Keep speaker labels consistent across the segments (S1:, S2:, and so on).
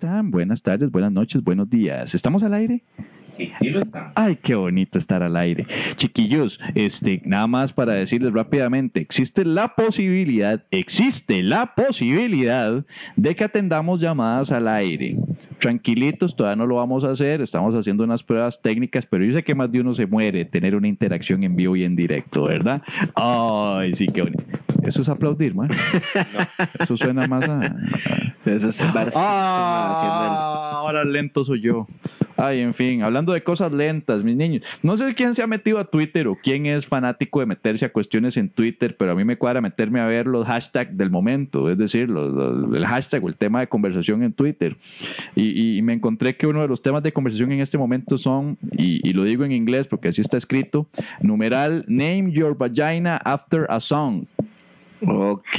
S1: Sean buenas tardes, buenas noches, buenos días. ¿Estamos al aire?
S2: Sí, sí lo está.
S1: Ay, qué bonito estar al aire. Chiquillos, este, nada más para decirles rápidamente, existe la posibilidad, existe la posibilidad de que atendamos llamadas al aire. Tranquilitos, todavía no lo vamos a hacer, estamos haciendo unas pruebas técnicas, pero yo sé que más de uno se muere tener una interacción en vivo y en directo, ¿verdad? Ay, sí, qué bonito. Eso es aplaudir, man. Eso suena más a...
S2: Eso es
S1: Ah, ahora lento soy yo. Ay, en fin, hablando de cosas lentas, mis niños. No sé quién se ha metido a Twitter o quién es fanático de meterse a cuestiones en Twitter, pero a mí me cuadra meterme a ver los hashtags del momento, es decir, los- los- el hashtag o el tema de conversación en Twitter. Y, y me encontré que uno de los temas de conversación en este momento son, y, y lo digo en inglés porque así está escrito, numeral Name Your Vagina After a Song.
S2: Ok.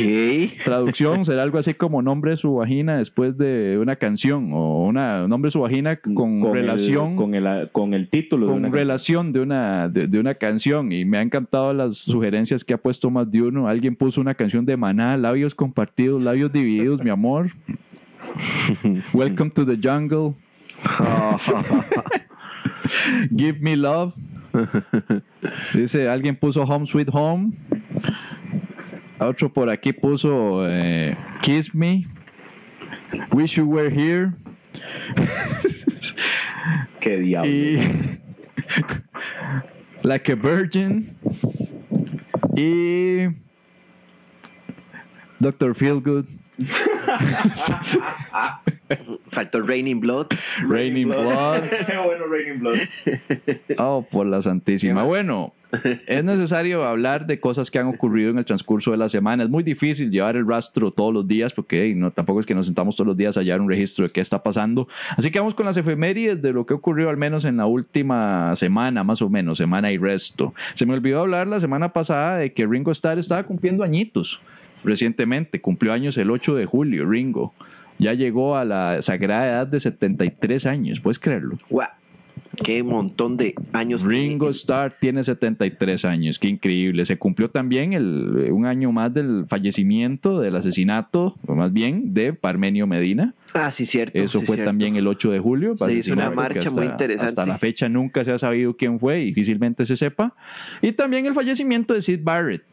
S1: Traducción será algo así como nombre su vagina después de una canción o una nombre su vagina con,
S2: el-
S1: relación
S2: con el con el título de
S1: con
S2: una
S1: relación de una de, de una canción y me han encantado las sugerencias que ha puesto más de uno. Alguien puso una canción de Maná, labios compartidos, labios divididos, mi amor. Welcome to the jungle. Give me love. Dice, alguien puso Home Sweet Home. Otro por aquí puso eh, Kiss Me. Wish You Were Here.
S2: qué diablo.
S1: Y Like a Virgin. Y Doctor Feelgood.
S3: Faltó Raining Blood.
S1: Raining Blood.
S2: bueno, Raining Blood.
S1: Oh, por la santísima. Bueno, es necesario hablar de cosas que han ocurrido en el transcurso de la semana. Es muy difícil llevar el rastro todos los días porque hey, no, tampoco es que nos sentamos todos los días a hallar un registro de qué está pasando. Así que vamos con las efemérides de lo que ocurrió al menos en la última semana, más o menos, semana y resto. Se me olvidó hablar la semana pasada de que Ringo Starr estaba cumpliendo añitos recientemente. Cumplió años el 8 de julio, Ringo. Ya llegó a la sagrada edad de 73 años, puedes creerlo.
S3: Guau. Qué montón de años.
S1: Ringo Starr tiene 73 años, qué increíble. Se cumplió también el, eh, un año más del fallecimiento, del asesinato, o más bien, de Parmenio Medina.
S3: Ah, sí, cierto.
S1: Eso
S3: sí,
S1: fue
S3: cierto.
S1: también el 8 de julio.
S3: Se hizo una
S1: asesinado, que
S3: marcha
S1: hasta-
S3: muy interesante.
S1: Hasta la fecha nunca se ha sabido quién fue y difícilmente se sepa. Y también el fallecimiento de Sid Barrett.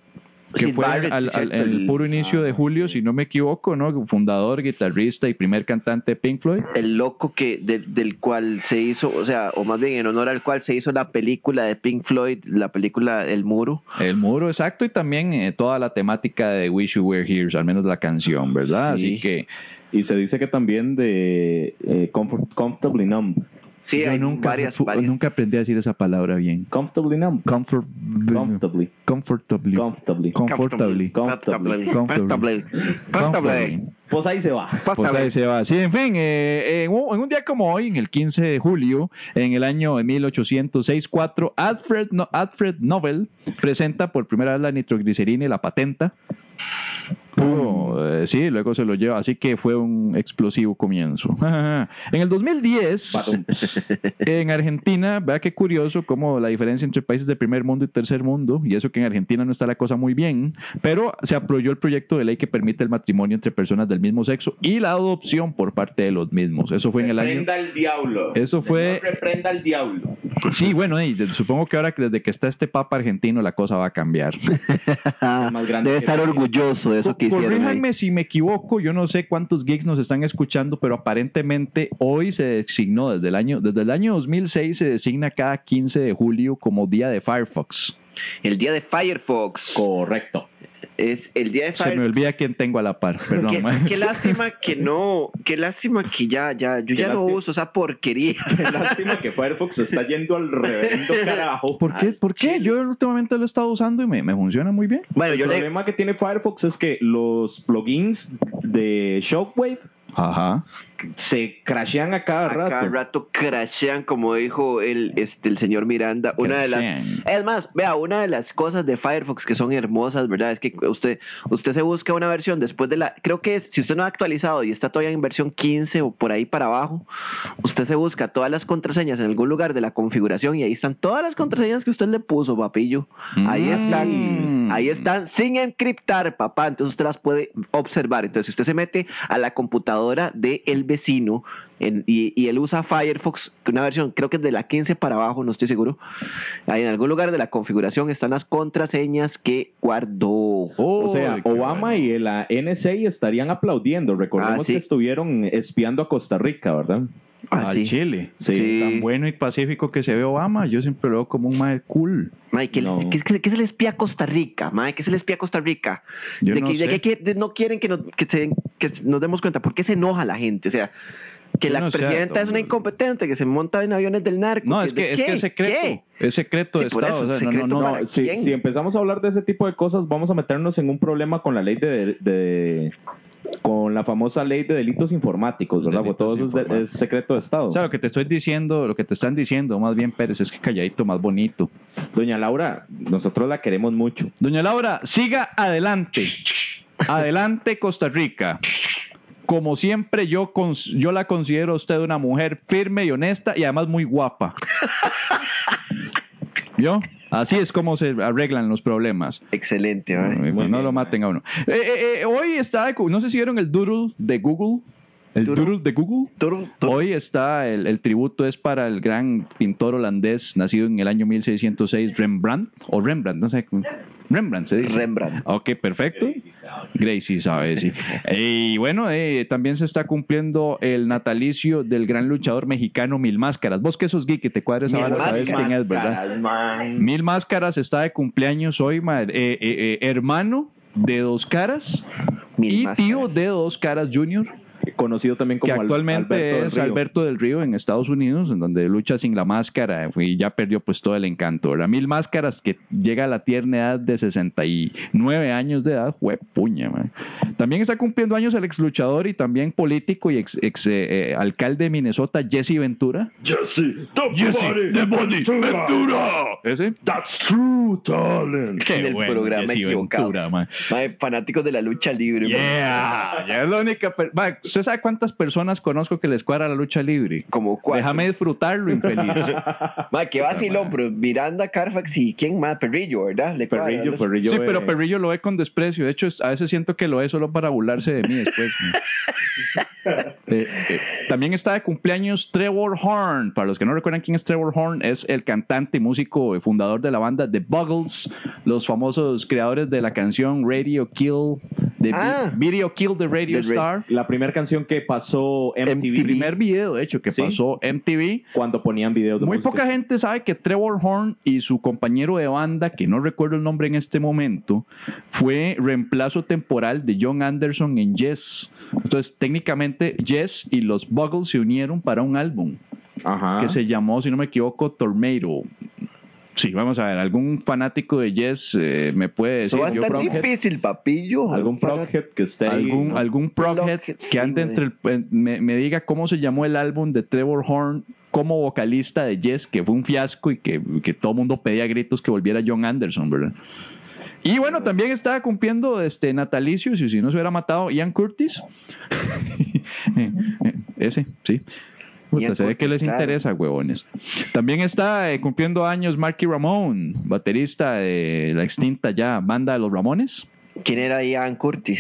S1: Que
S3: Sid
S1: fue
S3: Barrett,
S1: al-
S3: sí,
S1: al-
S3: cierto,
S1: el
S3: el- Ah,
S1: puro inicio de julio, si no me equivoco, ¿no? Fundador, guitarrista y primer cantante de Pink Floyd.
S3: El loco que de- del cual se hizo, o sea, o más bien en honor al cual se hizo la película de Pink Floyd, la película El Muro.
S1: El muro, exacto, y también eh, toda la temática de Wish You Were Here, al menos la canción, ¿verdad?
S3: Sí.
S1: Así que
S2: Y se dice que también de eh, comfort- Comfortably Numb.
S3: Sí,
S1: yo
S3: hay
S1: nunca,
S3: varias,
S1: fu-
S3: varias.
S1: nunca aprendí a decir esa palabra bien.
S2: Comfortably Numb.
S1: Comfort,
S2: Comfortably.
S1: comfortably,
S2: Comfortably.
S1: comfortably,
S2: Comfortably.
S1: Comfortably. comfortably.
S2: Pues ahí se va.
S1: Pues ahí
S3: Comfortably.
S1: se va. Sí, en fin, eh, en, un, en un día como hoy, en el 15 de julio, en el año de 1864, Alfred, No- Alfred Nobel presenta por primera vez la nitroglicerina y la patenta. Luego, eh, sí, luego se lo lleva, así que fue un explosivo comienzo. en el 2010,
S2: Patum.
S1: en Argentina, vea qué curioso como la diferencia entre países de primer mundo y tercer mundo, y eso que en Argentina no está la cosa muy bien, pero se apoyó el proyecto de ley que permite el matrimonio entre personas del mismo sexo y la adopción por parte de los mismos. Eso fue en el año...
S2: Reprenda al diablo.
S1: Eso fue-
S2: Señor, Reprenda al diablo.
S1: Sí, bueno, y de- supongo que ahora que desde que está este papa argentino la cosa va a cambiar.
S2: Más grande
S3: Ah, Debe
S2: que
S3: estar
S2: nadie.
S3: orgulloso de eso que hicieron. ahí.
S1: Corríjanme si me equivoco, yo no sé cuántos geeks nos están escuchando, pero aparentemente hoy se designó desde el año desde el año 2006 se designa cada 15 de julio como día de Firefox.
S3: El día de Firefox.
S2: Correcto.
S3: Es el día de
S1: Se me
S3: Firefox.
S1: olvida quién tengo a la par, perdón.
S3: Qué, qué lástima que no, qué lástima que ya, ya, yo
S2: Qué
S3: ya no
S2: lástima.
S3: uso esa porquería.
S2: Lástima que Firefox se está yendo al reverendo carajo.
S1: ¿Por qué? ¿Por qué? Yo últimamente lo he estado usando y me, me funciona muy bien.
S3: Bueno, yo
S2: el
S3: le,
S2: problema que tiene Firefox es que los plugins de Shockwave
S1: Ajá.
S2: se crashean a cada
S3: a
S2: rato.
S3: cada rato crashean, como dijo el, este, el señor Miranda. Una de las
S1: Crashean.
S3: es más, vea, una de las cosas de Firefox que son hermosas, ¿verdad? Es que usted, usted se busca una versión después de la, creo que es- si usted no ha actualizado y está todavía en versión 15 o por ahí para abajo, usted se busca todas las contraseñas en algún lugar de la configuración y ahí están todas las contraseñas que usted le puso, papillo. Ahí
S1: Mm.
S3: están, ahí están, sin encriptar, papá. Entonces usted las puede observar. Entonces, si usted se mete a la computadora del vecino en- y, y él usa Firefox, una versión creo que es de la 15 para abajo, no estoy seguro. Ahí en algún lugar de la configuración están las contraseñas que guardó.
S2: O sea,
S1: Uy, qué
S2: Obama
S1: bueno.
S2: y la NSA estarían aplaudiendo. Recordemos
S3: Ah, sí.
S2: que estuvieron espiando a Costa Rica, ¿verdad?
S1: Al
S3: Así.
S1: Chile.
S3: Ah, Sí.
S1: Tan bueno y pacífico que se ve Obama. Yo siempre lo veo como un mae cool.
S3: Mae, ¿qué,
S2: No.
S3: qué- qué- qué se le espía a Costa Rica? Mae, ¿qué se le espía a Costa Rica?
S1: Yo
S3: de
S1: no
S3: que, de
S1: sé.
S3: que- que no quieren que nos, que se- que nos demos cuenta. ¿Por qué se enoja la gente? O sea, que
S1: Yo
S3: la
S1: no sé,
S3: presidenta es una
S1: Antonio.
S3: incompetente, que se monta en aviones del narco.
S1: No, es que, es que es secreto.
S3: ¿Qué?
S1: Es secreto de
S3: Sí, por
S1: Estado.
S3: eso,
S1: o sea,
S3: secreto
S1: no, no, no.
S3: para-
S2: Si,
S3: ¿Quién?
S2: si empezamos a hablar de ese tipo de cosas, vamos a meternos en un problema con la ley de... de- con la famosa ley de delitos informáticos, ¿verdad?
S1: Delitos
S2: Porque todo eso es de-
S1: informáticos.
S2: es secreto de Estado.
S1: O sea, lo que te estoy diciendo, lo que te están diciendo, más bien Pérez, es que calladito, más bonito.
S2: Doña Laura, nosotros la queremos mucho.
S1: Doña Laura, siga adelante. Adelante, Costa Rica. Como siempre, yo, cons- yo la considero a usted una mujer firme y honesta y además muy guapa. ¿Yo? Así es como se arreglan los problemas.
S3: Excelente, mae.
S1: Bueno,
S2: muy
S1: no
S2: bien,
S1: lo maten a uno. Eh, eh, eh, hoy está, de cu- no sé si vieron el doodle de Google. El
S3: Doodle.
S1: doodle de Google.
S3: Tú- tú-
S1: Hoy está, el, el tributo es para el gran pintor holandés nacido en el año 1606, Rembrandt, o Rembrandt, no sé, cómo- Rembrandt se dice.
S3: Rembrandt.
S1: Ok, perfecto. Gracie sabe, sí. Y bueno, eh, también se está cumpliendo el natalicio del gran luchador mexicano Mil Máscaras. Vos que sos geek y te cuadres
S3: Mil
S1: ahora sabes
S3: Máscaras,
S1: quién es, ¿verdad? Mil Máscaras está de cumpleaños hoy, ma- eh, eh, eh, hermano de Dos Caras
S3: Mil
S1: y
S3: Máscaras.
S1: tío de Dos Caras Jr
S2: Conocido también como
S1: que
S2: Al-
S1: actualmente
S2: Alberto del
S1: es
S2: Río.
S1: Alberto del Río en Estados Unidos, en donde lucha sin la máscara eh, y ya perdió pues todo el encanto. ¿verdad? Mil máscaras que llega a la tierna edad de 69 años de edad, fue puña. man. También está cumpliendo años el ex luchador y también político y ex, ex, eh, eh, alcalde de Minnesota, Jesse Ventura.
S4: Jesse, the body,
S1: Ese.
S4: That's true talent.
S3: En el programa equivocado.
S1: man.
S3: Mae, fanáticos de la lucha libre. mae.
S1: Yeah, ya es la única. per- man, ¿Usted sabe cuántas personas conozco que les cuadra la lucha libre?
S3: Como cuatro.
S1: Déjame disfrutarlo, infeliz.
S3: Mae, qué vacilón, pero Miranda, Carfax y quién más, Perrillo, ¿verdad? Le cuadra,
S2: Perrillo,
S3: ¿no?
S2: Perrillo.
S1: sí,
S2: eh,
S1: pero Perrillo lo ve con desprecio. De hecho, es- a veces siento que lo es solo para burlarse de mí después. ¿no? Eh, eh, también está de cumpleaños Trevor Horn. Para los que no recuerdan quién es Trevor Horn, es el cantante y músico eh, fundador de la banda The Buggles, los famosos creadores de la canción Radio Kill, de Vi-
S3: Ah.
S1: Video Kill the Radio
S3: The Ra-
S1: Star.
S2: La primera canción que pasó MTV,
S1: El primer video, de hecho, que
S2: Sí.
S1: pasó MTV.
S2: cuando ponían videos de
S1: Muy
S2: música.
S1: poca gente sabe que Trevor Horn y su compañero de banda, que no recuerdo el nombre en este momento, fue reemplazo temporal de John Anderson en Yes. Entonces, técnicamente, Yes y los Buggles se unieron para un álbum
S2: Ajá.
S1: que se llamó, si no me equivoco, Tornado. Sí, vamos a ver, algún fanático de Yes eh, me puede decir.
S3: Eso va a
S1: yo
S3: estar
S1: creo que-
S3: difícil, papillo.
S2: algún proghead que esté ahí,
S1: algún
S2: ¿no?
S1: algún proghead
S3: Blockhead, sí,
S1: que ande entre el- eh, me, me diga cómo se llamó el álbum de Trevor Horn como vocalista de Yes que fue un fiasco y que, que todo el mundo pedía a gritos que volviera John Anderson verdad y bueno también estaba cumpliendo este natalicio si, si no se hubiera matado Ian Curtis ese sí Puta,
S3: Ian
S1: se ve
S3: Curtis,
S1: que les
S3: claro.
S1: interesa, huevones. También está eh, cumpliendo años Marky Ramón, baterista de la extinta ya banda de los Ramones.
S3: ¿Quién era Ian Curtis?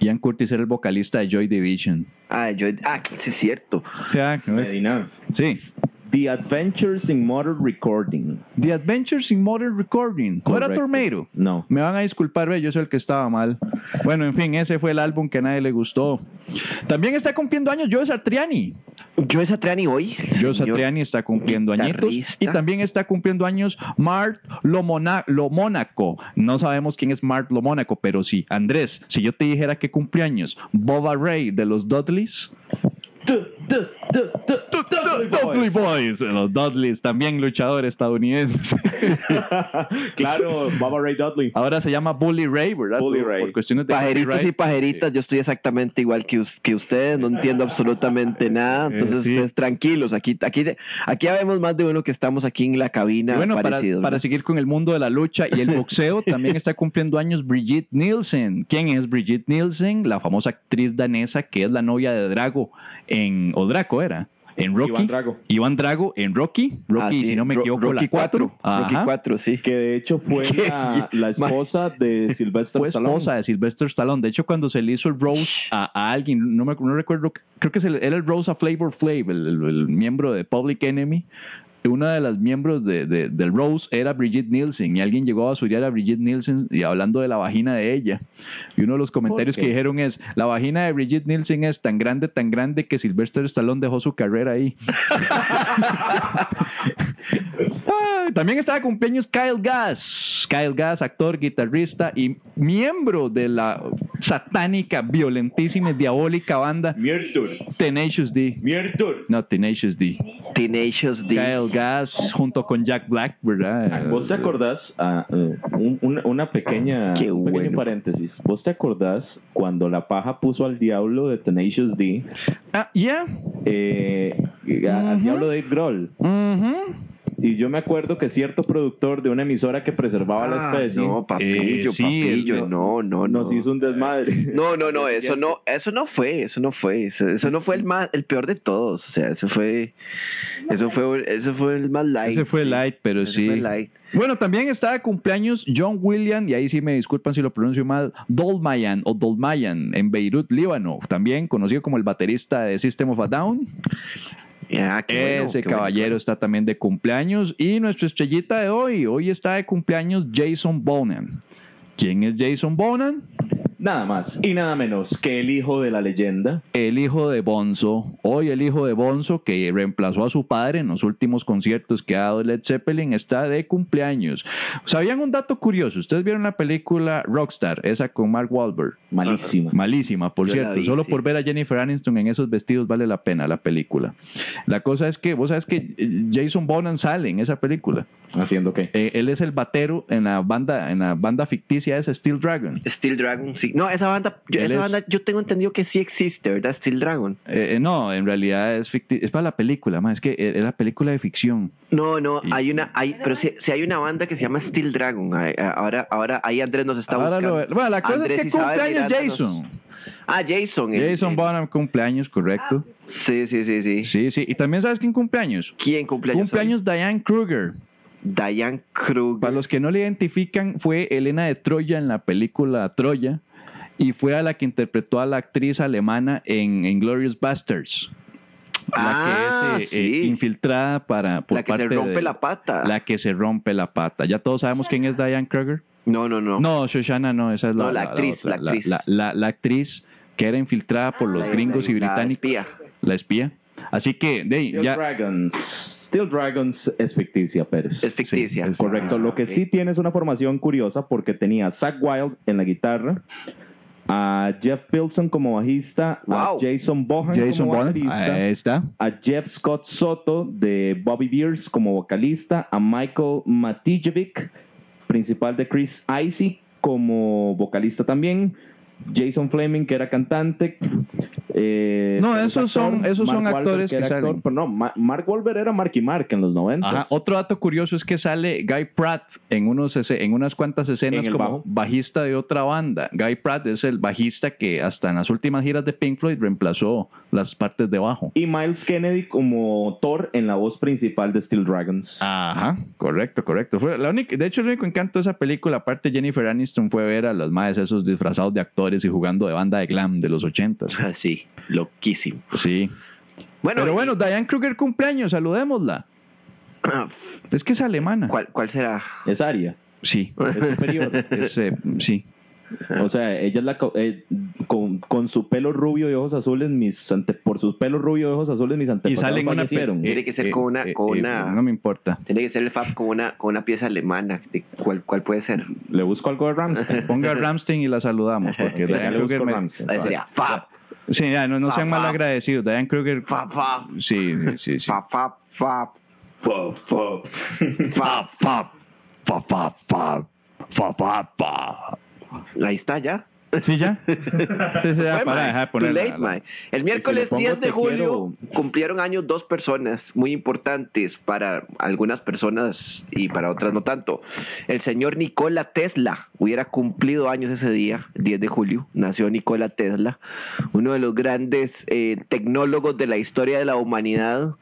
S1: Ian Curtis era el vocalista de Joy Division.
S3: Ah, yo, ah, sí es cierto.
S1: O sea,
S2: Medina.
S1: sí.
S2: The Adventures in Modern Recording.
S1: The Adventures in Modern Recording. ¿No era
S2: Correcto.
S1: Tornado?
S2: No.
S1: Me van a disculpar, ve, yo soy el que estaba mal. Bueno, en fin, ese fue el álbum que a nadie le gustó. También está cumpliendo años Joe Satriani.
S3: Yo es Atriani hoy.
S1: Joe
S3: Señor.
S1: Satriani está cumpliendo añitos.
S3: guitarrista.
S1: Y también está cumpliendo años Mart Lomona- Lomónaco. No sabemos quién es Mart Lomónaco, pero sí. Andrés, si yo te dijera que cumpleaños, Boba Ray de los Dudleys. Dudley Boys. de los Dudleys, también luchador estadounidense.
S2: claro, Baba Ray Dudley.
S1: Ahora se llama Bully Ray, ¿verdad?
S2: Bully
S1: Por-
S2: Ray.
S1: Por cuestiones de
S3: Pajeritos
S1: copyright.
S3: y pajeritas, yo estoy exactamente igual que, us- que ustedes, no entiendo absolutamente nada, entonces
S1: sí.
S3: ustedes tranquilos, aquí aquí aquí ya vemos más de uno que estamos aquí en la cabina
S1: Y bueno, para,
S3: parecidos,
S1: para
S3: ¿no?
S1: seguir con el mundo de la lucha y el boxeo, también está cumpliendo años Brigitte Nielsen. ¿Quién es Brigitte Nielsen? La famosa actriz danesa que es la novia de Drago en... O Draco era. en Rocky.
S2: Iván Drago.
S1: Iván Drago en Rocky. Rocky,
S3: Ah, sí,
S1: si no me
S3: Ro-
S1: equivoco,
S3: Rocky
S1: la 4.
S3: 4. Rocky 4, sí.
S2: Que de hecho fue
S3: ¿Qué?
S2: la, la esposa de Sylvester
S1: Fue
S2: Stallone.
S1: esposa de Sylvester Stallone. De hecho, cuando se le hizo el Rose a, a alguien, no me no recuerdo, creo que se le- era el Rose a Flavor Flav, el, el- el miembro de Public Enemy. Una de las miembros de, de- del Rose era Brigitte Nielsen y alguien llegó a basurear a Brigitte Nielsen y hablando de la vagina de ella. Y uno de los comentarios
S2: qué?
S1: que dijeron es, la vagina de Brigitte Nielsen es tan grande, tan grande que Sylvester Stallone dejó su carrera ahí. Ay, También estaba cumpleaños Kyle Gass. Kyle Gass, actor, guitarrista y miembro de la satánica, violentísima y diabólica banda
S4: Mierdos,
S1: Tenacious D.
S4: mierdos.
S1: No, Tenacious D.
S3: Tenacious D.
S1: Kyle Gass junto con Jack Black, ¿verdad?
S2: ¿Vos te acordás, ah, eh, un- una, una pequeña,
S3: Qué
S2: un pequeño
S3: bueno.
S2: paréntesis, ¿vos te acordás cuando la paja puso al diablo de Tenacious D,
S1: Ah, yeah.
S2: eh, a- al
S1: Ujú.
S2: diablo de Dave Grohl?
S1: Ujú.
S2: Y yo me acuerdo que cierto productor de una emisora que preservaba la
S3: Ah,
S2: especie
S3: no, papillo,
S1: este, Eh, sí,
S3: papillo.
S1: es-
S3: No, no, no.
S2: nos hizo un desmadre.
S3: No, no, no, eso no, eso no fue, eso no fue, eso, eso no fue el más, el peor de todos, o sea, eso fue, eso fue, eso fue el más light.
S1: Ese fue light, pero
S3: Ese
S1: sí.
S3: fue light.
S1: Bueno, también está de cumpleaños John William, y ahí sí me disculpan si lo pronuncio mal, Dolmayan o Dolmayan en Beirut, Líbano, también conocido como el baterista de System of a Down.
S3: Ah, qué bueno,
S1: Ese
S3: qué bueno.
S1: caballero está también de cumpleaños. Y nuestra estrellita de hoy, hoy está de cumpleaños Jason Bonan. ¿Quién es Jason Bonan?
S2: Nada más y nada menos que el hijo de la leyenda.
S1: El hijo de Bonzo, hoy el hijo de Bonzo que reemplazó a su padre en los últimos conciertos que ha dado Led Zeppelin está de cumpleaños. ¿Sabían un dato curioso? Ustedes vieron la película Rockstar, esa con Mark Wahlberg.
S2: Malísima.
S1: Malísima, por
S3: Yo la
S1: cierto.
S3: vi,
S1: Solo
S3: sí.
S1: por ver a Jennifer Aniston en esos vestidos vale la pena la película. La cosa es que, vos sabes que eh, Jason Bonan sale en esa película.
S2: ¿Haciendo qué?
S1: Eh, él es el batero en la banda, en la banda ficticia esa Steel Dragon.
S3: Steel Dragon, sí. No, esa banda, yo,
S1: Él
S3: esa
S1: es-
S3: banda, yo tengo entendido que sí existe, ¿verdad? Steel Dragon.
S1: Eh, eh, no, en realidad es ficti- es para la película, más es que eh, es la película de ficción.
S3: No, no,
S1: Y-
S3: hay una, hay, pero sí, sí hay una banda que se llama Steel Dragon. ah, ah, Ahora, ahora, ahí Andrés nos está
S1: Ahora lo-
S3: buscando.
S1: bueno, la cosa
S3: Andrés
S1: es que
S3: Isabel
S1: cumpleaños
S3: Miranda nos-
S1: Jason.
S3: Ah, Jason. el-
S1: Jason
S3: el-
S1: Bonham cumpleaños,
S3: Ah,
S1: correcto.
S3: Sí, sí, sí, sí.
S1: Sí, sí. Y también sabes quién cumpleaños.
S3: ¿Quién cumpleaños?
S1: Cumpleaños Diane Kruger.
S3: Diane Kruger.
S1: Para los que no le identifican, fue Elena de Troya en la película Troya y fue a la que interpretó a la actriz alemana en, en Glorious Bastards. La
S3: Ah,
S1: que es eh, eh,
S3: sí.
S1: infiltrada para, por
S3: la que se
S1: parte
S3: rompe
S1: de-
S3: la pata.
S1: La que se rompe la pata. Ya todos sabemos quién es Diane Kruger.
S3: No, no, no.
S1: No, Shoshana no, esa es la,
S3: No, la actriz,
S1: otra,
S3: la actriz. Ah,
S1: la- la- la actriz que era infiltrada por los
S3: La-
S1: gringos y
S3: la- la
S1: británicos.
S3: espía.
S1: La espía. Así que, de, ahí,
S2: Steel
S1: ya,
S2: Dragons. Steel Dragons es ficticia, Pérez.
S3: Es ficticia.
S1: Sí, es
S2: Correcto.
S3: Ah,
S2: Lo que
S3: ok.
S2: sí tiene es una formación curiosa porque tenía a Zach Wild en la guitarra, a Jeff Pilson como bajista, a
S3: Wow.
S2: Jason Bohan
S1: Jason Ah,
S2: como
S1: Bonham,
S2: baterista,
S1: ahí está.
S2: a Jeff Scott Soto de Bobby Beers como vocalista, a Michael Matijevic, principal de Chris Icy, como vocalista también, Jason Fleming, que era cantante. eh,
S1: No,
S2: es
S1: esos son- esos son
S2: Wahlberg,
S1: actores
S2: era
S1: que
S2: actor,
S1: salen.
S2: pero no, Ma- Mark Wahlberg era Marky Mark en los 90.
S1: Ajá. Otro dato curioso es que sale Guy Pratt en, unos, ese- en unas cuantas escenas
S2: ¿En el
S1: como
S2: bajo?
S1: bajista de otra banda. Guy Pratt es el bajista que hasta en las últimas giras de Pink Floyd reemplazó las partes de bajo.
S2: Y Miles Kennedy como Thor en la voz principal de Steel Dragons.
S1: Ajá, correcto, correcto. Fue la única, de hecho, el único encanto de esa película, aparte de Jennifer Aniston, fue ver a las madres esos disfrazados de actores y jugando de banda de glam de los ochentas.
S3: Ah, Sí, loquísimo.
S1: Sí.
S3: Bueno,
S1: Pero
S3: y-
S1: bueno, Diane Kruger cumpleaños, saludémosla. Es que es alemana.
S3: Ah. ¿cuál, cuál será?
S2: Es Aria,
S1: Sí.
S2: es superior.
S1: Es, eh, sí.
S2: O sea, ella es la co- eh, con, con su pelo rubio y ojos azules, mis ante- por sus pelos rubio y ojos azules, mis
S1: Y
S2: antepasados
S1: salen una... pe- eh,
S2: fallecieron.
S3: Tiene que ser con una- con una-
S1: No me importa.
S3: Tiene que ser el Fab con una, con una pieza alemana. ¿De ¿Cuál, cuál puede ser?
S2: Le busco algo de Ramstein.
S1: Ponga Ramstein y la saludamos. Porque
S2: Ok, ya
S1: Diane
S2: le busco
S1: Kruger... me-
S2: Rammstein.
S3: Ahí sería Fab,
S1: Sí, ya, no, no sean
S3: Papá.
S1: mal agradecidos. Diane Kruger...
S3: Fab, Fab,
S1: Sí, sí, sí.
S3: Fab, Fab, Fab,
S4: Fa, fa.
S3: Fab.
S1: Fa, fa, fa, fa, fa, fa, fa.
S3: Ahí está ya.
S5: Sí, ya. Sí, sí, ya,
S3: Fue,
S5: para
S3: mae,
S5: dejar de
S3: too
S5: poner la-
S3: late,
S5: la-
S3: mae. El miércoles
S2: pongo
S3: 10 de
S2: te
S3: julio cumplieron años dos personas muy importantes para algunas personas y para otras no tanto. El señor Nikola Tesla hubiera cumplido años ese día, 10 de julio. Nació Nikola Tesla, uno de los grandes eh, tecnólogos de la historia de la humanidad.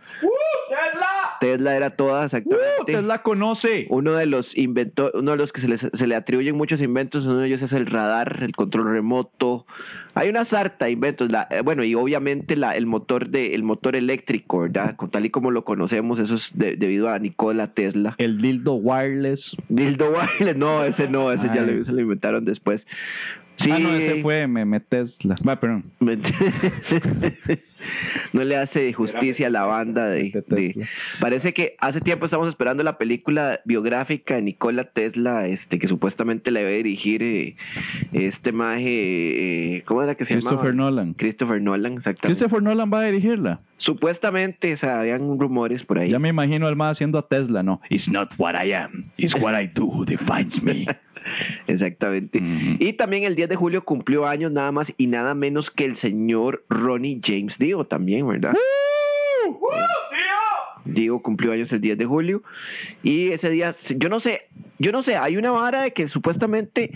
S3: Tesla! era toda, exactamente
S5: ¡Uh! Usted la conoce.
S3: uno de los inventó uno de los que se les- se le, atribuyen muchos inventos, uno de ellos es el radar, el control remoto. Hay una sarta de inventos, la- eh, bueno, y obviamente la, el motor de el motor eléctrico, ¿verdad? Con- Tal y como lo conocemos, eso es de- debido a Nikola Tesla.
S5: El dildo wireless.
S3: Dildo wireless, no, ese no, ese ya
S5: Ay.
S3: lo, se lo inventaron después. Sí,
S5: Ah, no, ese fue me, me Tesla. Va, perdón.
S3: me- no le hace justicia a la banda de, de- Parece que hace tiempo estamos esperando la película biográfica de Nikola Tesla, este, que supuestamente la iba a dirigir eh, este maje, eh, ¿cómo era que se
S5: Christopher
S3: llamaba?
S5: Nolan.
S3: Christopher Nolan, exactamente.
S5: Christopher Nolan va a dirigirla.
S3: Supuestamente, o sea, habían rumores por ahí.
S5: Ya me imagino al más haciendo a Tesla, ¿no? It's not what I am, it's what I do who defines me. Mm.
S3: Exactamente.
S5: Ujú.
S3: Y también el 10 de julio cumplió años nada más y nada menos que el señor Ronnie James Dio también, ¿verdad? Diego cumplió años el 10 de julio y ese día, yo no sé, yo no sé, hay una vara de que supuestamente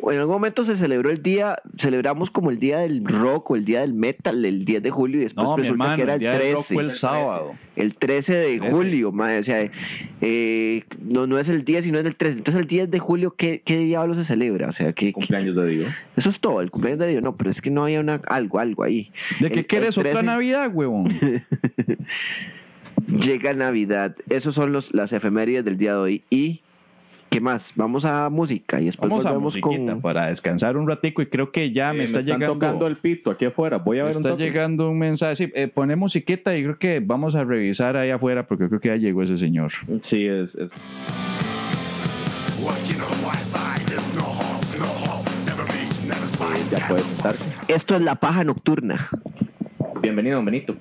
S3: en algún momento se celebró el día, celebramos como el día del rock o el día del metal el 10 de julio y después
S5: No, mi
S3: pues resulta
S5: hermano,
S3: que era
S5: el
S3: el
S5: día del rock
S3: 13.
S5: fue el sábado.
S3: El 13 de
S5: 13.
S3: julio, mae, o sea, eh, no, no es el 10, sino es el 13. Entonces el 10 de julio, ¿qué, qué diablo se celebra? O sea, ¿qué, qué-
S2: Cumpleaños de Dios.
S3: eso es todo, el cumpleaños de Dios. No, pero es que no había una, algo, algo ahí.
S5: ¿De qué
S3: El- el Pues
S5: quieres otra
S3: 13.
S5: Navidad, huevón?
S3: Llega Navidad. Esos son los, las efemérides del día de hoy. ¿Y qué más? Vamos a música y después
S5: Vamos a
S3: volvemos
S5: musiquita pues.
S3: con...
S5: para descansar un ratico y creo que ya Ah, me
S2: eh, me
S5: está
S2: están
S5: llegando
S2: tocando el pito aquí afuera. Voy a
S5: me
S2: ver un
S5: está
S2: toque.
S5: llegando un mensaje. Sí, eh, pone musiquita y creo que vamos a revisar ahí afuera porque creo que ya llegó ese señor.
S2: Sí, es, es-
S6: Working on my side is no hope, no hope. Never reach, never spy.
S2: eh, ya puede estar.
S3: Esto es La Paja Nocturna.
S2: Bienvenido, don Benito.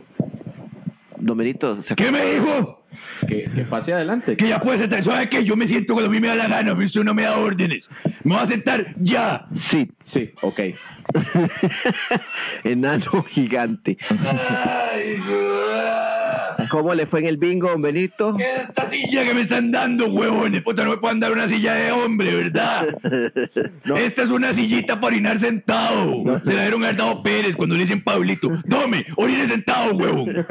S3: Domerito, ¿se
S5: ¿Qué me dijo?
S2: Que, que pase adelante.
S5: Que ya puede sentar. ¿Sabe qué? Yo me siento cuando a mí me da la gana. Usted no me da órdenes. Me va a sentar ya.
S3: Sí.
S2: Sí, ok.
S3: Enano gigante. ¿Cómo le fue en el bingo, don Benito?
S5: Esta silla que me están dando, huevones. Puta, no me pueden dar una silla de hombre, ¿verdad? Esta es una sillita para orinar sentado. Se la dieron a Hernado Pérez cuando le dicen Pablito. Tome, orine sentado, huevón.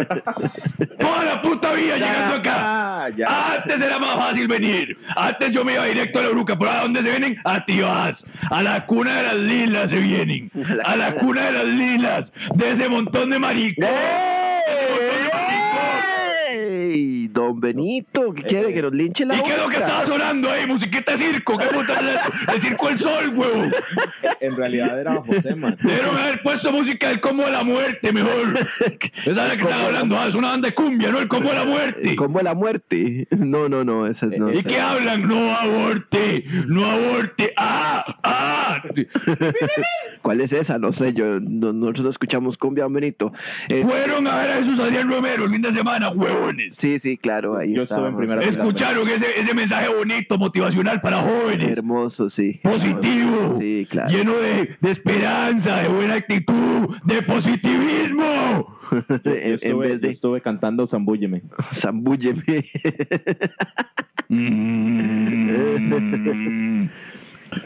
S5: Toda la puta vida llegando acá.
S2: Ah, ya.
S5: Antes era más fácil venir. Antes yo me iba directo a la bruca. ¿Por a dónde se vienen? A Tibás. A la cuna de las lilas se vienen. A la cuna de las lilas. De ese montón de maricón.
S3: ¡Ey! Don Benito,
S2: Eh,
S3: ¿qué quiere? ¿Que nos linche la
S5: ¿Y qué es lo
S3: boca?
S5: que estaba sonando ahí? Musiquita de circo. ¿Qué puta es eso? El circo El Sol, huevo.
S2: En realidad era bajo tema.
S5: Debieron haber puesto música del Combo de la Muerte, mejor. Esa es la que están hablando. Ah, es una banda de cumbia, ¿no? El Combo de la Muerte.
S3: ¿Cómo la muerte? No, no, no, esa es
S2: Eh,
S3: no.
S5: ¿Y qué hablan? No aborte, no aborte. ¡Ah! ¡Ah!
S3: ¿Cuál es esa? No sé, yo no- nosotros no escuchamos cumbia, don Benito. Eh,
S5: Fueron a ver a Jesús Adrián Romero el fin de semana, huevones.
S3: sí, sí, claro, ahí
S2: Yo estuve en
S3: estábamos.
S2: primera fila.
S5: Escucharon ese, ese mensaje bonito, motivacional para jóvenes.
S3: Hermoso, sí.
S5: Positivo.
S3: Sí, claro.
S5: Lleno de, de esperanza, de buena actitud, de positivismo.
S2: Yo- yo
S3: en, en
S2: estuve,
S3: vez
S2: yo
S3: de
S2: estuve cantando Zambúlleme.
S3: zambúlleme.
S5: Mm.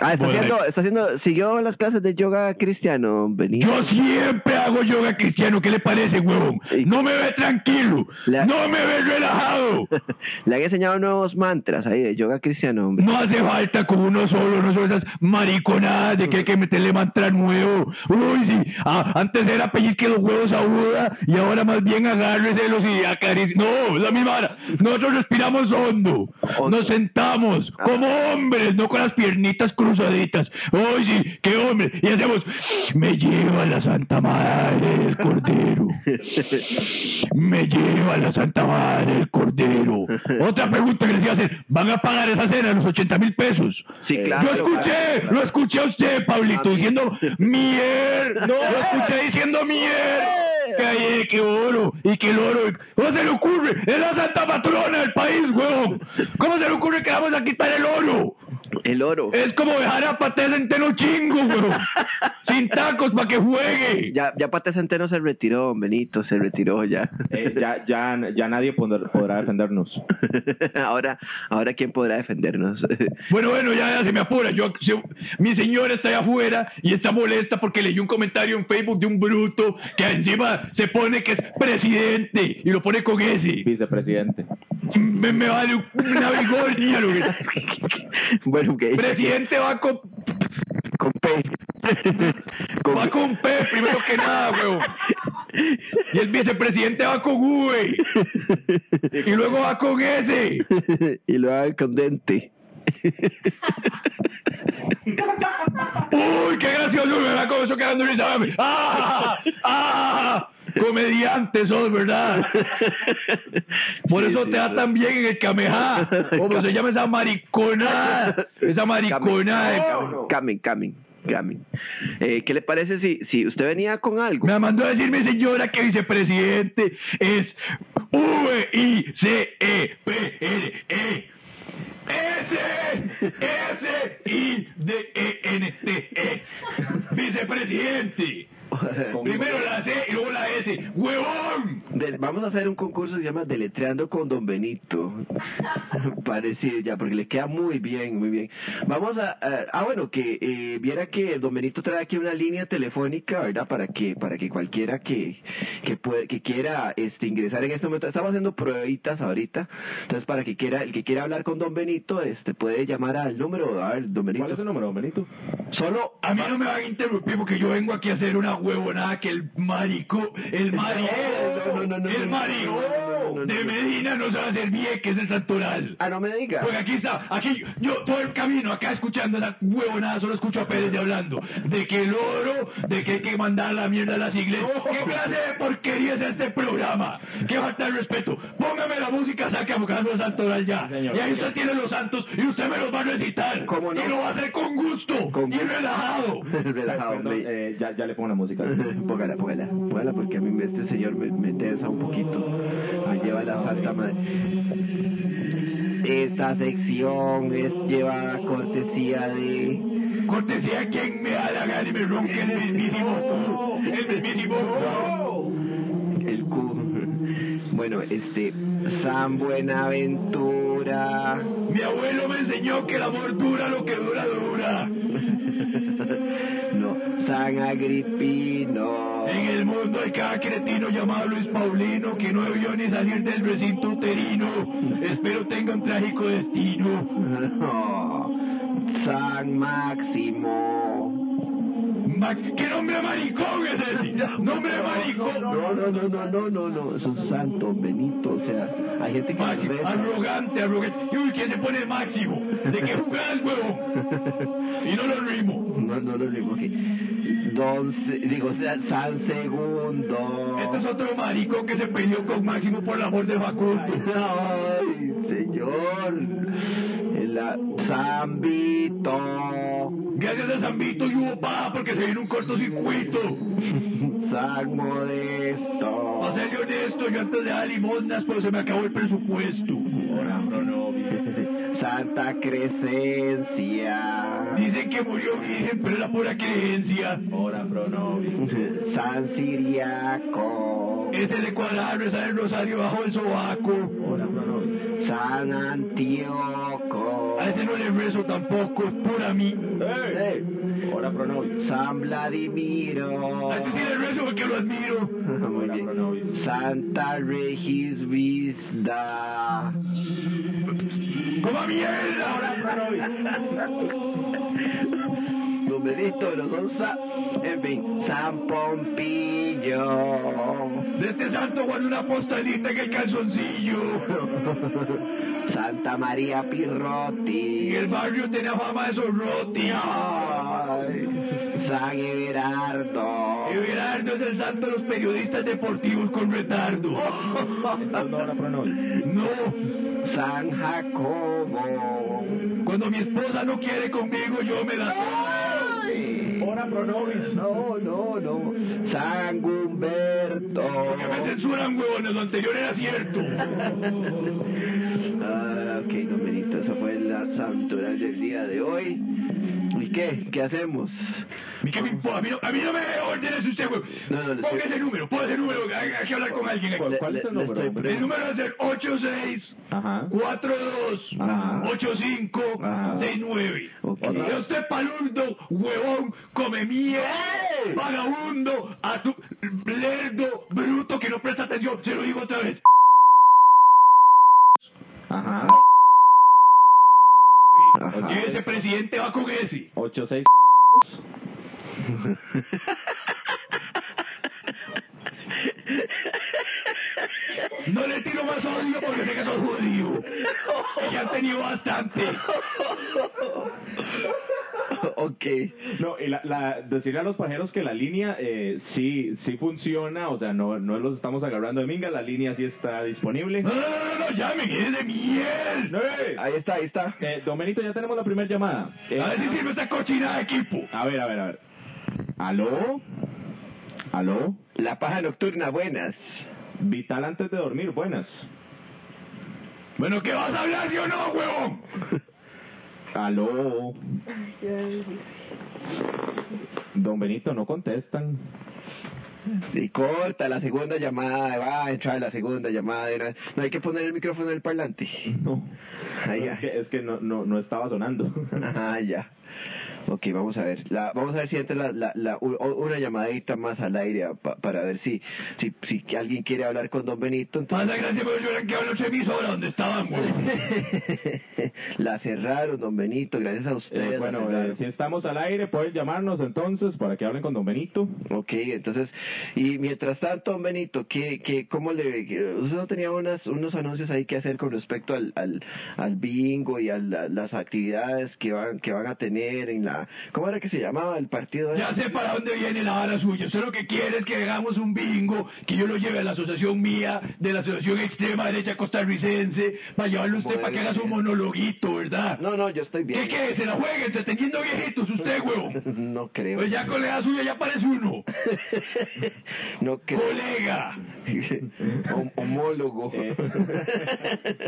S3: ah, está
S5: Bueno.
S3: haciendo, está haciendo, siguió las clases de yoga cristiano, don Benito.
S5: Yo siempre hago yoga cristiano, ¿qué le parece, huevón? No me ve tranquilo,
S3: La-
S5: no me ve relajado.
S3: Le han enseñado nuevos mantras ahí de yoga cristiano, hombre.
S5: No hace falta como uno solo, no son esas mariconadas de que hay que meterle mantra nuevo. Uy, sí, ah, antes era pellizque los huevos a Buda y ahora más bien agárreselos y acarici... No, es la misma hora. Nosotros respiramos hondo, nos sentamos como hombres, no con las piernitas cruzaditas. Uy, sí, qué hombre. Y hacemos, me lleva la Santa Madre del Cordero. Me lleva la Santa Madre del Cordero. Otra pregunta que les iba a hacer. ¿Van a pagar esa cena los 80 mil pesos?
S3: Sí, claro.
S5: Yo escuché, lo escuché a usted, Pablito, diciendo mier. No, lo escuché diciendo mier. Que, ay, que oro, y que el oro. ¿Cómo se le ocurre? Es la santa patrona del país, huevón. ¿Cómo se le ocurre que vamos a quitar el oro?
S3: El oro.
S5: Es como dejar a Paté Centeno chingo, weón. Sin tacos para que juegue.
S3: Ya, ya Pate Centeno se retiró, don Benito, se retiró ya.
S2: Eh, ya, ya, ya nadie podrá, podrá defendernos.
S3: ahora, ahora quién podrá defendernos.
S5: Bueno, bueno, ya, ya se me apura. Yo, yo- mi señora está allá afuera y está molesta porque leyó un comentario en Facebook de un bruto que encima se pone que es presidente y lo pone con ese.
S2: Vicepresidente.
S5: Me, me vale un- una bigornia, lo que-
S3: bueno, que
S5: Presidente va con,
S3: con P. Con-
S5: va con P primero que nada, weón. Y el vicepresidente va con V. Y luego va con S.
S3: y lo hagan con dente.
S5: ¡Uy, qué gracioso! ¿Verdad cómo eso quedando risa? mami? ¡Ah! ¡Ah! Comediante sos, ¿verdad? Por
S3: Sí,
S5: eso
S3: sí,
S5: te da
S3: sí.
S5: tan bien en el Kamehá. ¿Cómo se llama esa mariconada? Esa mariconada. de cabrón.
S3: Camen, camen, camen. Eh, ¿Qué le parece si, si usted venía con algo?
S5: Me mandó a decir mi señora que vicepresidente es V-I-C-E-P-R-E. S S I D E N T E Vicepresidente Primero la C y luego la S ¡Huevón!
S3: Del- vamos a hacer un concurso que se llama Deletreando con Don Benito. Parecido ya, porque le queda muy bien, muy bien. Vamos a... a- ah, bueno, que eh, viera que Don Benito trae aquí una línea telefónica, ¿verdad? Para que para que cualquiera que que, puede- que quiera este ingresar en este momento... Estamos haciendo pruebitas ahorita. Entonces, para que quiera el que quiera hablar con Don Benito, este puede llamar al número... A ver, Don Benito.
S2: ¿Cuál es el número, Benito?
S3: Solo...
S5: A mí no me van a interrumpir porque yo vengo aquí a hacer una huevonada que el marico, el marico,
S3: No, no, no, no,
S5: el
S3: no, no, no, no,
S5: marico
S3: no,
S5: de
S3: no.
S5: Medina no sabe hacer bien que es el santoral.
S3: Ah, no me diga.
S5: Porque aquí está, aquí yo todo el camino acá escuchando esa huevonada, solo escucho a Pérez de hablando de que el oro, de que hay que mandar la mierda a las iglesias. ¿Qué clase de porquería es este programa? ¿Qué falta de respeto? Póngame la música, saque a buscar los santoral ya.
S2: señor.
S5: y ahí usted tiene los santos y usted me los va a recitar.
S3: ¿Cómo no?
S5: Y lo va a hacer con gusto
S3: Con
S5: y
S3: gusto.
S5: relajado.
S3: Relajado,
S2: Perdón,
S3: hombre.
S2: eh, ya, ya le pongo la música.
S3: Póngala, póngala, póngala porque a mí me- este señor me, me tensa un poquito. Me lleva la falta madre. Esta sección es llevada cortesía de.
S5: Cortesía a quien me da la gana y me ronque el mismísimo. El mismísimo.
S3: El Q. Bueno, este. San Buenaventura.
S5: Mi abuelo me enseñó que el amor dura lo que dura, dura.
S3: No, San Agripino.
S5: En el mundo hay cada cretino llamado Luis Paulino que no debió ni salir del recinto uterino. Espero tenga un trágico destino.
S3: No, San Máximo.
S5: Ma- ¿Qué nombre maricón es ese? Nombre maricón.
S3: No, no, no, no, no, no, no. Es un santo, Benito. O sea, hay gente que. nos
S5: Máximo,
S3: ve-
S5: arrogante, arrogante. Uy, ¿quién se pone máximo? ¿De qué jugás, huevón? Y no lo rimo.
S3: No, no lo recogí. Don, Se- digo, o sea, San Segundo.
S5: Este es otro marico que se peleó con Máximo por el amor de Facundo.
S3: Ay, señor. El a- San Vito.
S5: Gracias a San Vito y hubo paja porque se viene un cortocircuito.
S3: San Modesto.
S5: Para ser honesto, yo antes de dar limosnas, pero se me acabó el presupuesto.
S3: Santa Crescencia.
S5: Dicen que murió virgen, pero era pura creencia. Ahora, no.
S3: San Siriaco.
S5: Este de cuadrado está el rosario bajo el sobaco.
S3: San Antíoco.
S5: A este no le rezo tampoco, es pura mí.
S2: Ahora pronovio.
S3: San Vladimiro.
S5: A este sí le rezo porque lo admiro.
S3: Muy bien. Santa Regis Vista.
S5: ¡Coma mierda!
S3: Don Benito, los dos, sa- en fin, San Pompillo,
S5: De este santo guardo una postalita en el calzoncillo.
S3: Santa María
S5: Y
S3: Pirroti,
S5: el barrio tenía fama de sorroti.
S3: ay, San Everardo,
S5: Y Berardo es el santo de los periodistas deportivos con retardo.
S2: Ahora pronovio.
S5: No,
S3: San Jacobo,
S5: cuando mi esposa no quiere conmigo, yo me la tomo.
S2: Ahora pronovio.
S3: no, no, no, San Humberto,
S5: Que me censuran, huevones, lo anterior era cierto.
S3: Ah, ok, Don Benito, esa fue la las aventuras del día de hoy. ¿Y qué? ¿Qué hacemos?
S5: ¿Y qué me importa? A mí no, a mí no me ordenes usted, güey.
S3: No, no, no,
S5: Ponga
S3: sí.
S5: ese número, ponga ese número, hay, hay que hablar con alguien aquí.
S2: ¿Cuál, cuál es el
S3: Le- le
S2: número?
S3: estoy
S2: hombre?
S5: El número es el 86
S2: Ajá.
S5: 42
S2: Ajá.
S5: 85
S2: Ajá.
S5: 69.
S3: Ok.
S5: Y usted palurdo, huevón, come mierda, vagabundo, a tu lerdo, bruto que no presta atención, se lo digo otra vez.
S2: Ajá.
S3: Ajá.
S5: Y ese presidente va con ese.
S2: 86.
S5: No le tiro más odio porque sé que sos judío. Que ya han tenido bastante.
S3: Ok.
S2: No, y la, la- decirle a los pajeros que la línea eh, sí, sí funciona, o sea, no, no los estamos agarrando de minga, la línea sí está disponible.
S5: No, no, no, no, llamen, es de mierda.
S2: ¡Eh!
S3: Ahí está, ahí está.
S2: Eh, Domenito, ya tenemos la primera llamada. Eh,
S5: A ver si sirve esta cochina de equipo.
S2: a ver, a ver, a ver. ¿Aló? ¿Aló?
S3: La paja nocturna, buenas.
S2: Vital antes de dormir, buenas.
S5: Bueno, ¿qué vas a hablar, yo no, huevón?
S2: ¿Aló? Don Benito, no contestan.
S3: Y corta la segunda llamada, va a entrar la segunda llamada. de una- No hay que poner el micrófono en el parlante.
S2: No.
S3: Ahí
S2: Es
S3: ya.
S2: que, es que no, no, no estaba sonando.
S3: Ajá, Ah, ya. Ok, vamos a ver. La, vamos a ver si entra la, la- la- u- una llamadita más al aire pa- para ver si, si, si que alguien quiere hablar con Don Benito.
S5: Más
S3: Entonces...
S5: la gracia, pero yo era que habló Chemis ahora donde estaban, huevón.
S3: la cerraron, Don Benito, gracias a
S2: Eh,
S3: ustedes. la
S2: bueno,
S3: cerraron.
S2: eh, si estamos al aire, pueden llamarnos entonces para que hablen con Don Benito.
S3: Ok, entonces, y mientras tanto, don Benito, ¿qué, qué, ¿cómo le... qué- Usted no tenía unas, unos anuncios ahí que hacer con respecto al, al, al bingo y a la- las actividades que van, que van a tener en la... ¿Cómo era que se llamaba el partido? ese?
S5: Ya sé para dónde viene la vara suya. Usted lo que quiere es que hagamos un bingo, que yo lo lleve a la asociación mía, de la asociación extrema derecha costarricense, para llevarlo a usted para que haga su monologuito, ¿verdad?
S3: No, no, yo estoy bien.
S5: ¿Qué, qué? ¿Se la juegue entreteniendo viejitos usted, huevón?
S3: No creo.
S5: Pues ya con la edad suya ya parece uno.
S3: No creo.
S5: Colega.
S3: Hom- Homólogo.
S2: Eh.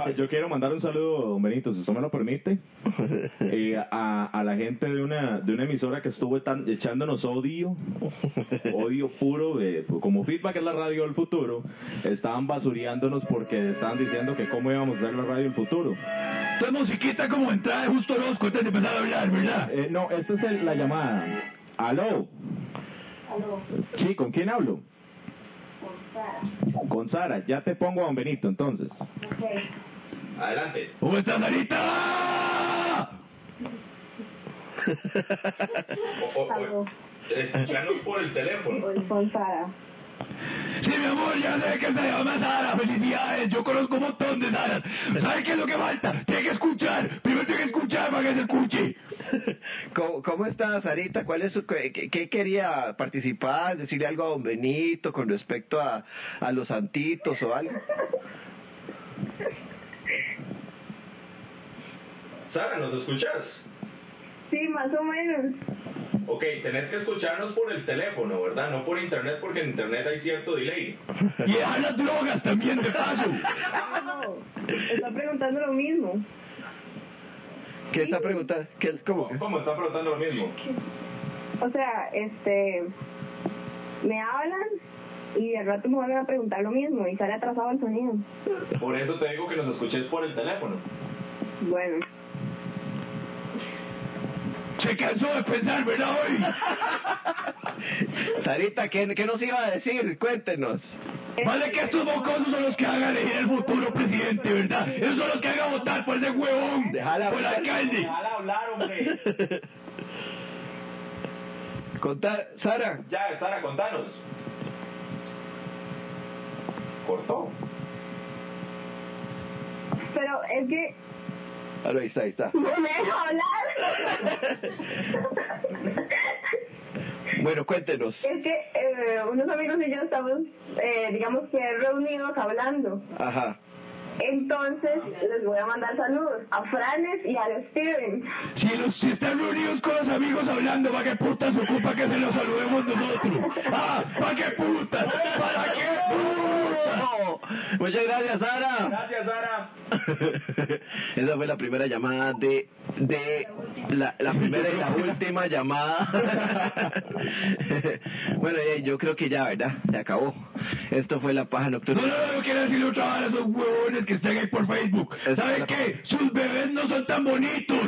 S2: Ah, yo quiero mandar un saludo, don Benito, si usted me lo permite, eh, a, a la gente de una, de una emisora que estuvo tan- echándonos odio, odio puro, de, como feedback es la radio del futuro, estaban basureándonos porque estaban diciendo que cómo íbamos a hacer la radio del futuro.
S5: Esta musiquita como entrada de justo Orozco antes de empezar a hablar, ¿verdad?
S2: Eh, no, esta es el- la llamada. ¿Aló?
S7: Aló,
S2: Sí, ¿con quién hablo?
S7: con Sara.
S2: Con Sara, ya te pongo a don Benito entonces.
S7: Ok.
S2: Adelante.
S5: ¿Cómo estás, Sarita?
S2: Oh,
S7: Aló,
S2: eh, por el teléfono.
S7: hoy con Sara.
S5: Sí, mi amor, ya sé que se llama Sara, felicidades, yo conozco un montón de Saras. ¿Sabes qué es lo que falta? Tiene que escuchar, primero tiene que escuchar para que se escuche.
S3: ¿Cómo, cómo está Sarita? ¿Cuál es su, qué, qué quería participar? ¿Decirle algo a don Benito con respecto a, a los santitos o algo?
S2: Sara, ¿nos escuchas?
S7: Sí, más o menos.
S2: Ok, tenés que escucharnos por el teléfono, ¿verdad? No por internet porque en internet hay cierto delay.
S5: Y a las drogas también, de paso.
S7: Aló, está preguntando lo mismo.
S3: ¿Qué está preguntando? ¿Qué es como?
S2: ¿Cómo? Está preguntando lo mismo.
S7: O sea, este, me hablan y al rato me vuelven a preguntar lo mismo y sale atrasado el sonido.
S2: Por eso te digo que nos escuches por el teléfono.
S7: Bueno,
S5: Se cansó de pensar, ¿verdad, hoy?
S3: Sarita, ¿qué, qué nos iba a decir? Cuéntenos.
S5: Vale que estos mocosos son los que hagan elegir el futuro presidente, ¿verdad? Esos son los que hagan votar por ese huevón,
S3: Dejala
S5: por el
S3: hablar.
S5: alcalde.
S2: hablar, hombre.
S3: Contá, Sara,
S2: Ya, Sara, contanos. Cortó.
S7: pero es que
S3: Ah, no, ahí está, ahí está.
S7: no me deja hablar.
S3: Bueno, cuéntenos.
S7: Es que eh, unos amigos y yo estamos, eh, digamos que reunidos hablando.
S3: Ajá.
S7: Entonces les voy a mandar saludos a Franes y a Steven.
S5: Si, los, si están reunidos con los amigos hablando, ¿para qué putas ocupa que se los saludemos nosotros? ¡Ah! ¿Para qué putas? ¿Para qué putas?
S3: Muchas gracias, Sara.
S8: Gracias, Sara.
S3: Esa fue la primera llamada de, de la, la primera y la última llamada. bueno, eh, yo creo que ya, ¿verdad? Se acabó. Esto fue la paja
S5: No,
S3: nocturna.
S5: no, no, quiero decirle otra vez a esos ah, huevones que están ahí por Facebook.
S3: Es-
S5: ¿Saben qué? Sus bebés no son tan bonitos.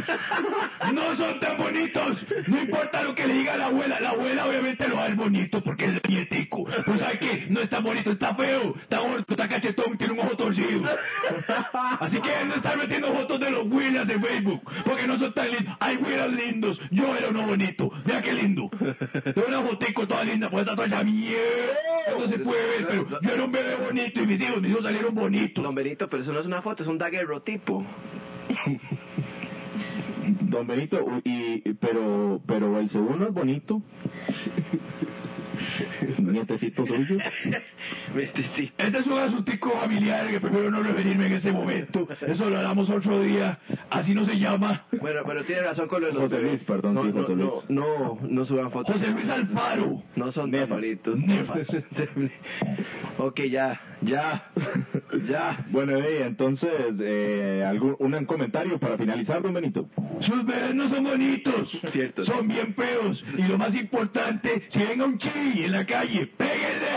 S5: No son tan bonitos. No importa lo que le diga la abuela. La abuela obviamente lo va a ver bonito porque es el nietico. Pero ¿saben qué? No es tan bonito, está feo, está gordo, está cachetón, tiene un ojo torcido. Así que no estar metiendo fotos de los huilas de Facebook porque no son tan lindos. Hay huilas lindos. Yo era uno bonito. Vea qué lindo. Tengo una fotico toda linda, pues está toda esa mierda. No se puede ver, pero yo era un bebé bonito y mis hijos, mis hijos salieron bonitos.
S3: Don Benito, pero eso no es una foto, es un daguerrotipo.
S8: Don Benito, u- y, y- pero, pero el segundo es bonito. Nietecito suyo.
S5: Este es un asuntico familiar que prefiero no referirme en este momento. Eso lo hablamos otro día. Así no se llama.
S3: Bueno, pero tiene razón con lo de los
S8: José Luis,
S3: bebés.
S8: perdón,
S3: no,
S8: sí,
S3: no,
S8: José Luis.
S3: no, no, no suban fotos.
S5: José Luis Alfaro.
S3: No son tan bonitos.
S5: Nefas.
S3: ok, ya, ya, ya.
S8: Bueno, eh, entonces, eh, algún, un comentario para finalizar, don Benito.
S5: Sus bebés no son bonitos.
S3: Cierto.
S5: Son bien feos. Y lo más importante, si venga un chi en la calle, péguenle.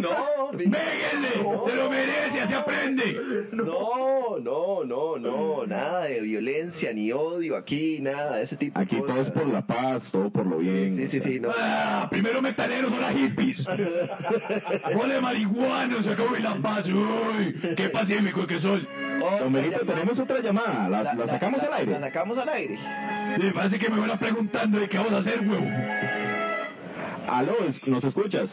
S3: No,
S5: Péguenle. Se lo merece, así aprende.
S3: No, no, no, no, nada de violencia ni odio aquí, nada de ese tipo. de
S8: Aquí todo
S3: cosas.
S8: es por la paz, todo por lo bien.
S3: Sí, sí, sí, no.
S5: Ah, primero metaleros, ahora hippies. Ole marihuanos, se acabó y la paz. Uy, qué pacífico que soy.
S3: Otra
S8: Don Benito,
S3: llamada.
S8: tenemos otra llamada. ¿La, la sacamos
S3: la-
S8: al aire?
S3: La sacamos al aire.
S5: Me parece que me van a preguntando de qué vamos a hacer, huevo.
S8: Aló, es- ¿nos escuchas?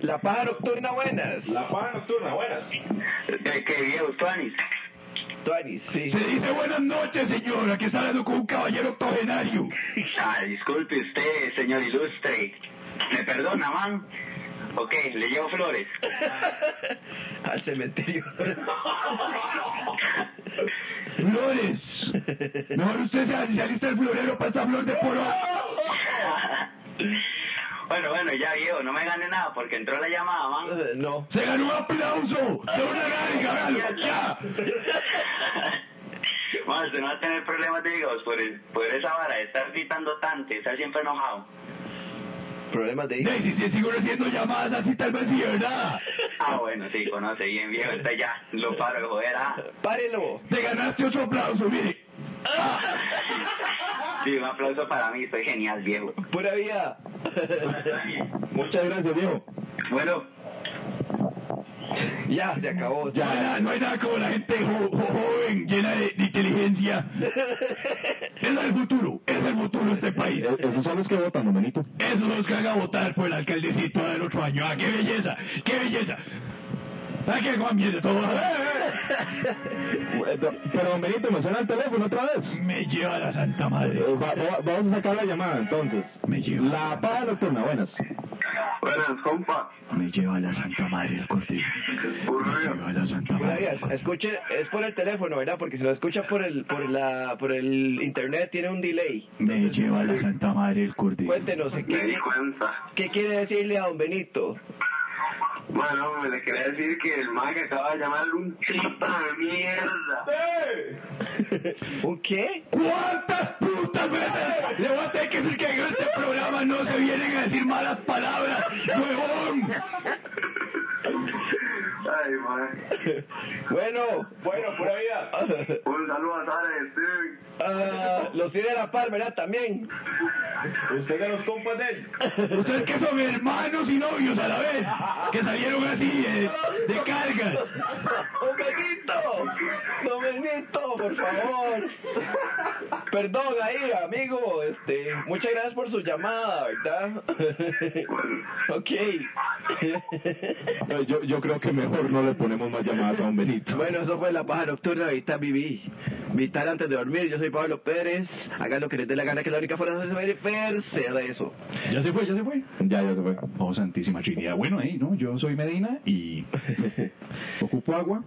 S3: La paja nocturna buenas.
S8: La paz nocturna, buenas.
S3: Tuanis, sí.
S5: Se dice buenas noches, señor. Aquí está hablando con un caballero octogenario.
S9: Ah, disculpe usted, señor ilustre. ¿Me perdona, man? Ok, le llevo flores.
S3: al cementerio.
S5: Flores. Mejor usted se se alista el florero para esta flor de poro.
S9: Bueno, bueno, ya viejo, no me gane nada porque entró la llamada, man.
S3: Eh, no.
S5: Se ganó un aplauso. Se una larga, véalo, ya.
S9: Man, usted no va a tener problemas de hígados por, el- por esa vara de estar gritando tanto y estar siempre enojado.
S3: Problemas de
S5: Daisy, si sigo recibiendo llamadas así, tal vez sí, ¿verdad?
S9: Ah, bueno, sí, conoce bien, viejo, está ya. Lo paro de joder, ah.
S3: ¡Párelo!
S5: Te ganaste otro aplauso, mire.
S9: Sí, un aplauso para mí, soy genial, viejo.
S3: ¡Pura vida!
S8: Muchas gracias, viejo.
S9: Bueno,
S3: ya, Ah, se acabó.
S5: No hay
S3: Ya.
S5: nada, no hay nada como la gente jo- jo- joven, llena de, de inteligencia. Es el futuro, es el futuro de este país.
S8: Eh, Esos son los que votan, don Benito.
S5: Eso nos caga votar por el alcaldecito del otro año. ¡Ah, qué belleza! ¡Qué belleza! ¡Ah, qué Juan viene todo!
S8: Eh, do- Pero don Benito, me suena el teléfono otra vez.
S5: Me lleva la santa madre.
S8: Eh, va- va- vamos a sacar la llamada entonces.
S5: Me lleva.
S8: La paja nocturna, buenas.
S9: buenas, compa.
S5: Me lleva la santa madre el corte. Me lleva la santa
S3: Pura
S5: madre.
S3: vida. Escuche, es por el teléfono, ¿verdad? Porque si lo escucha por el, por la, por el internet tiene un delay.
S5: Me lleva la santa madre el corte.
S3: Cuéntenos, ¿qué,
S9: cuenta.
S3: qué quiere decirle a don Benito?
S9: Bueno, me le quería decir que el man que acaba de llamar era un tripa de mierda.
S3: ¿Un qué?
S5: ¿Cuántas putas veces le voy a tener que decir que en este programa no se vienen a decir malas palabras? ¡Huevón!
S9: Ay, man.
S3: Bueno,
S8: Bueno, pura vida.
S9: Un saludo a Sara y a Steven.
S3: ah, los tiene a la par, ¿verdad? También.
S8: Usted de los compas de él.
S5: Ustedes que son hermanos y novios a la vez, que salieron así eh, de cargas.
S3: ¡Don Benito! ¡Don Benito, por favor! Perdón ahí, amigo. Este, muchas gracias por su llamada, ¿verdad? ok.
S8: Yo, yo creo que mejor no le ponemos más llamadas a don Benito.
S3: bueno, eso fue La Paja Nocturna, Vital Viví. Vital antes de dormir, yo soy Pablo Pérez. Hagan lo que les dé la gana, que la única forma de verse de eso.
S5: Ya se fue, ya se fue.
S8: Ya, ya se fue.
S5: Oh, Santísima Trinidad. Bueno, ahí, ¿no? Yo soy Medina y... ocupo agua.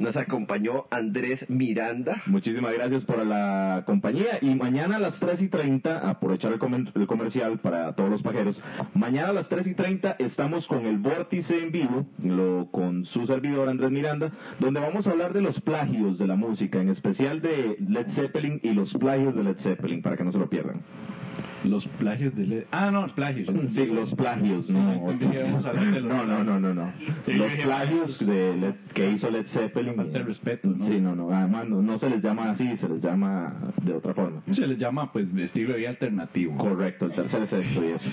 S2: Nos acompañó Andrés Miranda.
S5: Muchísimas gracias por la compañía. Y mañana a las 3 y 30, aprovechar el, comen- el comercial para todos los pajeros. Mañana a las 3 y 30 estamos con el Vórtice en vivo, lo, con su servidor Andrés Miranda, donde vamos a hablar de los plagios de la música, en especial de Led Zeppelin y los plagios de Led Zeppelin, para que no se lo pierdan.
S10: Los plagios de Led. Ah, no, plagios.
S5: Sí, los plagios, no.
S10: Entendí que íbamos a hablar de los-
S5: No, no, no, no, no.
S10: Sí,
S5: Los
S10: yo dije, pues,
S5: plagios de Led- que hizo Led Zeppelin.
S10: Falta de respeto, ¿no?
S5: Sí, no, no. Además, no, no se les llama así, se les llama de otra forma.
S10: Se les llama, pues, de estilo de vida alternativo.
S5: Correcto, el tercer sexo y eso.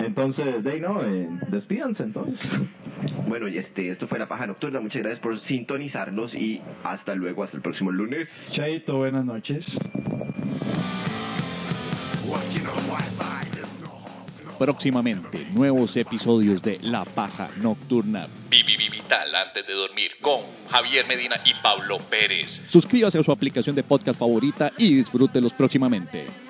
S5: Entonces, de ahí no, eh, despídanse entonces.
S2: Bueno, y este, esto fue La Paja Nocturna. Muchas gracias por sintonizarnos y hasta luego, hasta el próximo lunes.
S10: Chaito, buenas noches.
S11: Working on my side is no hope, no hope.
S1: Próximamente, nuevos episodios de La Paja Nocturna.
S12: Vivi Vital antes de dormir con Javier Medina y Pablo Pérez.
S1: Suscríbase a su aplicación de podcast favorita y disfrútelos próximamente.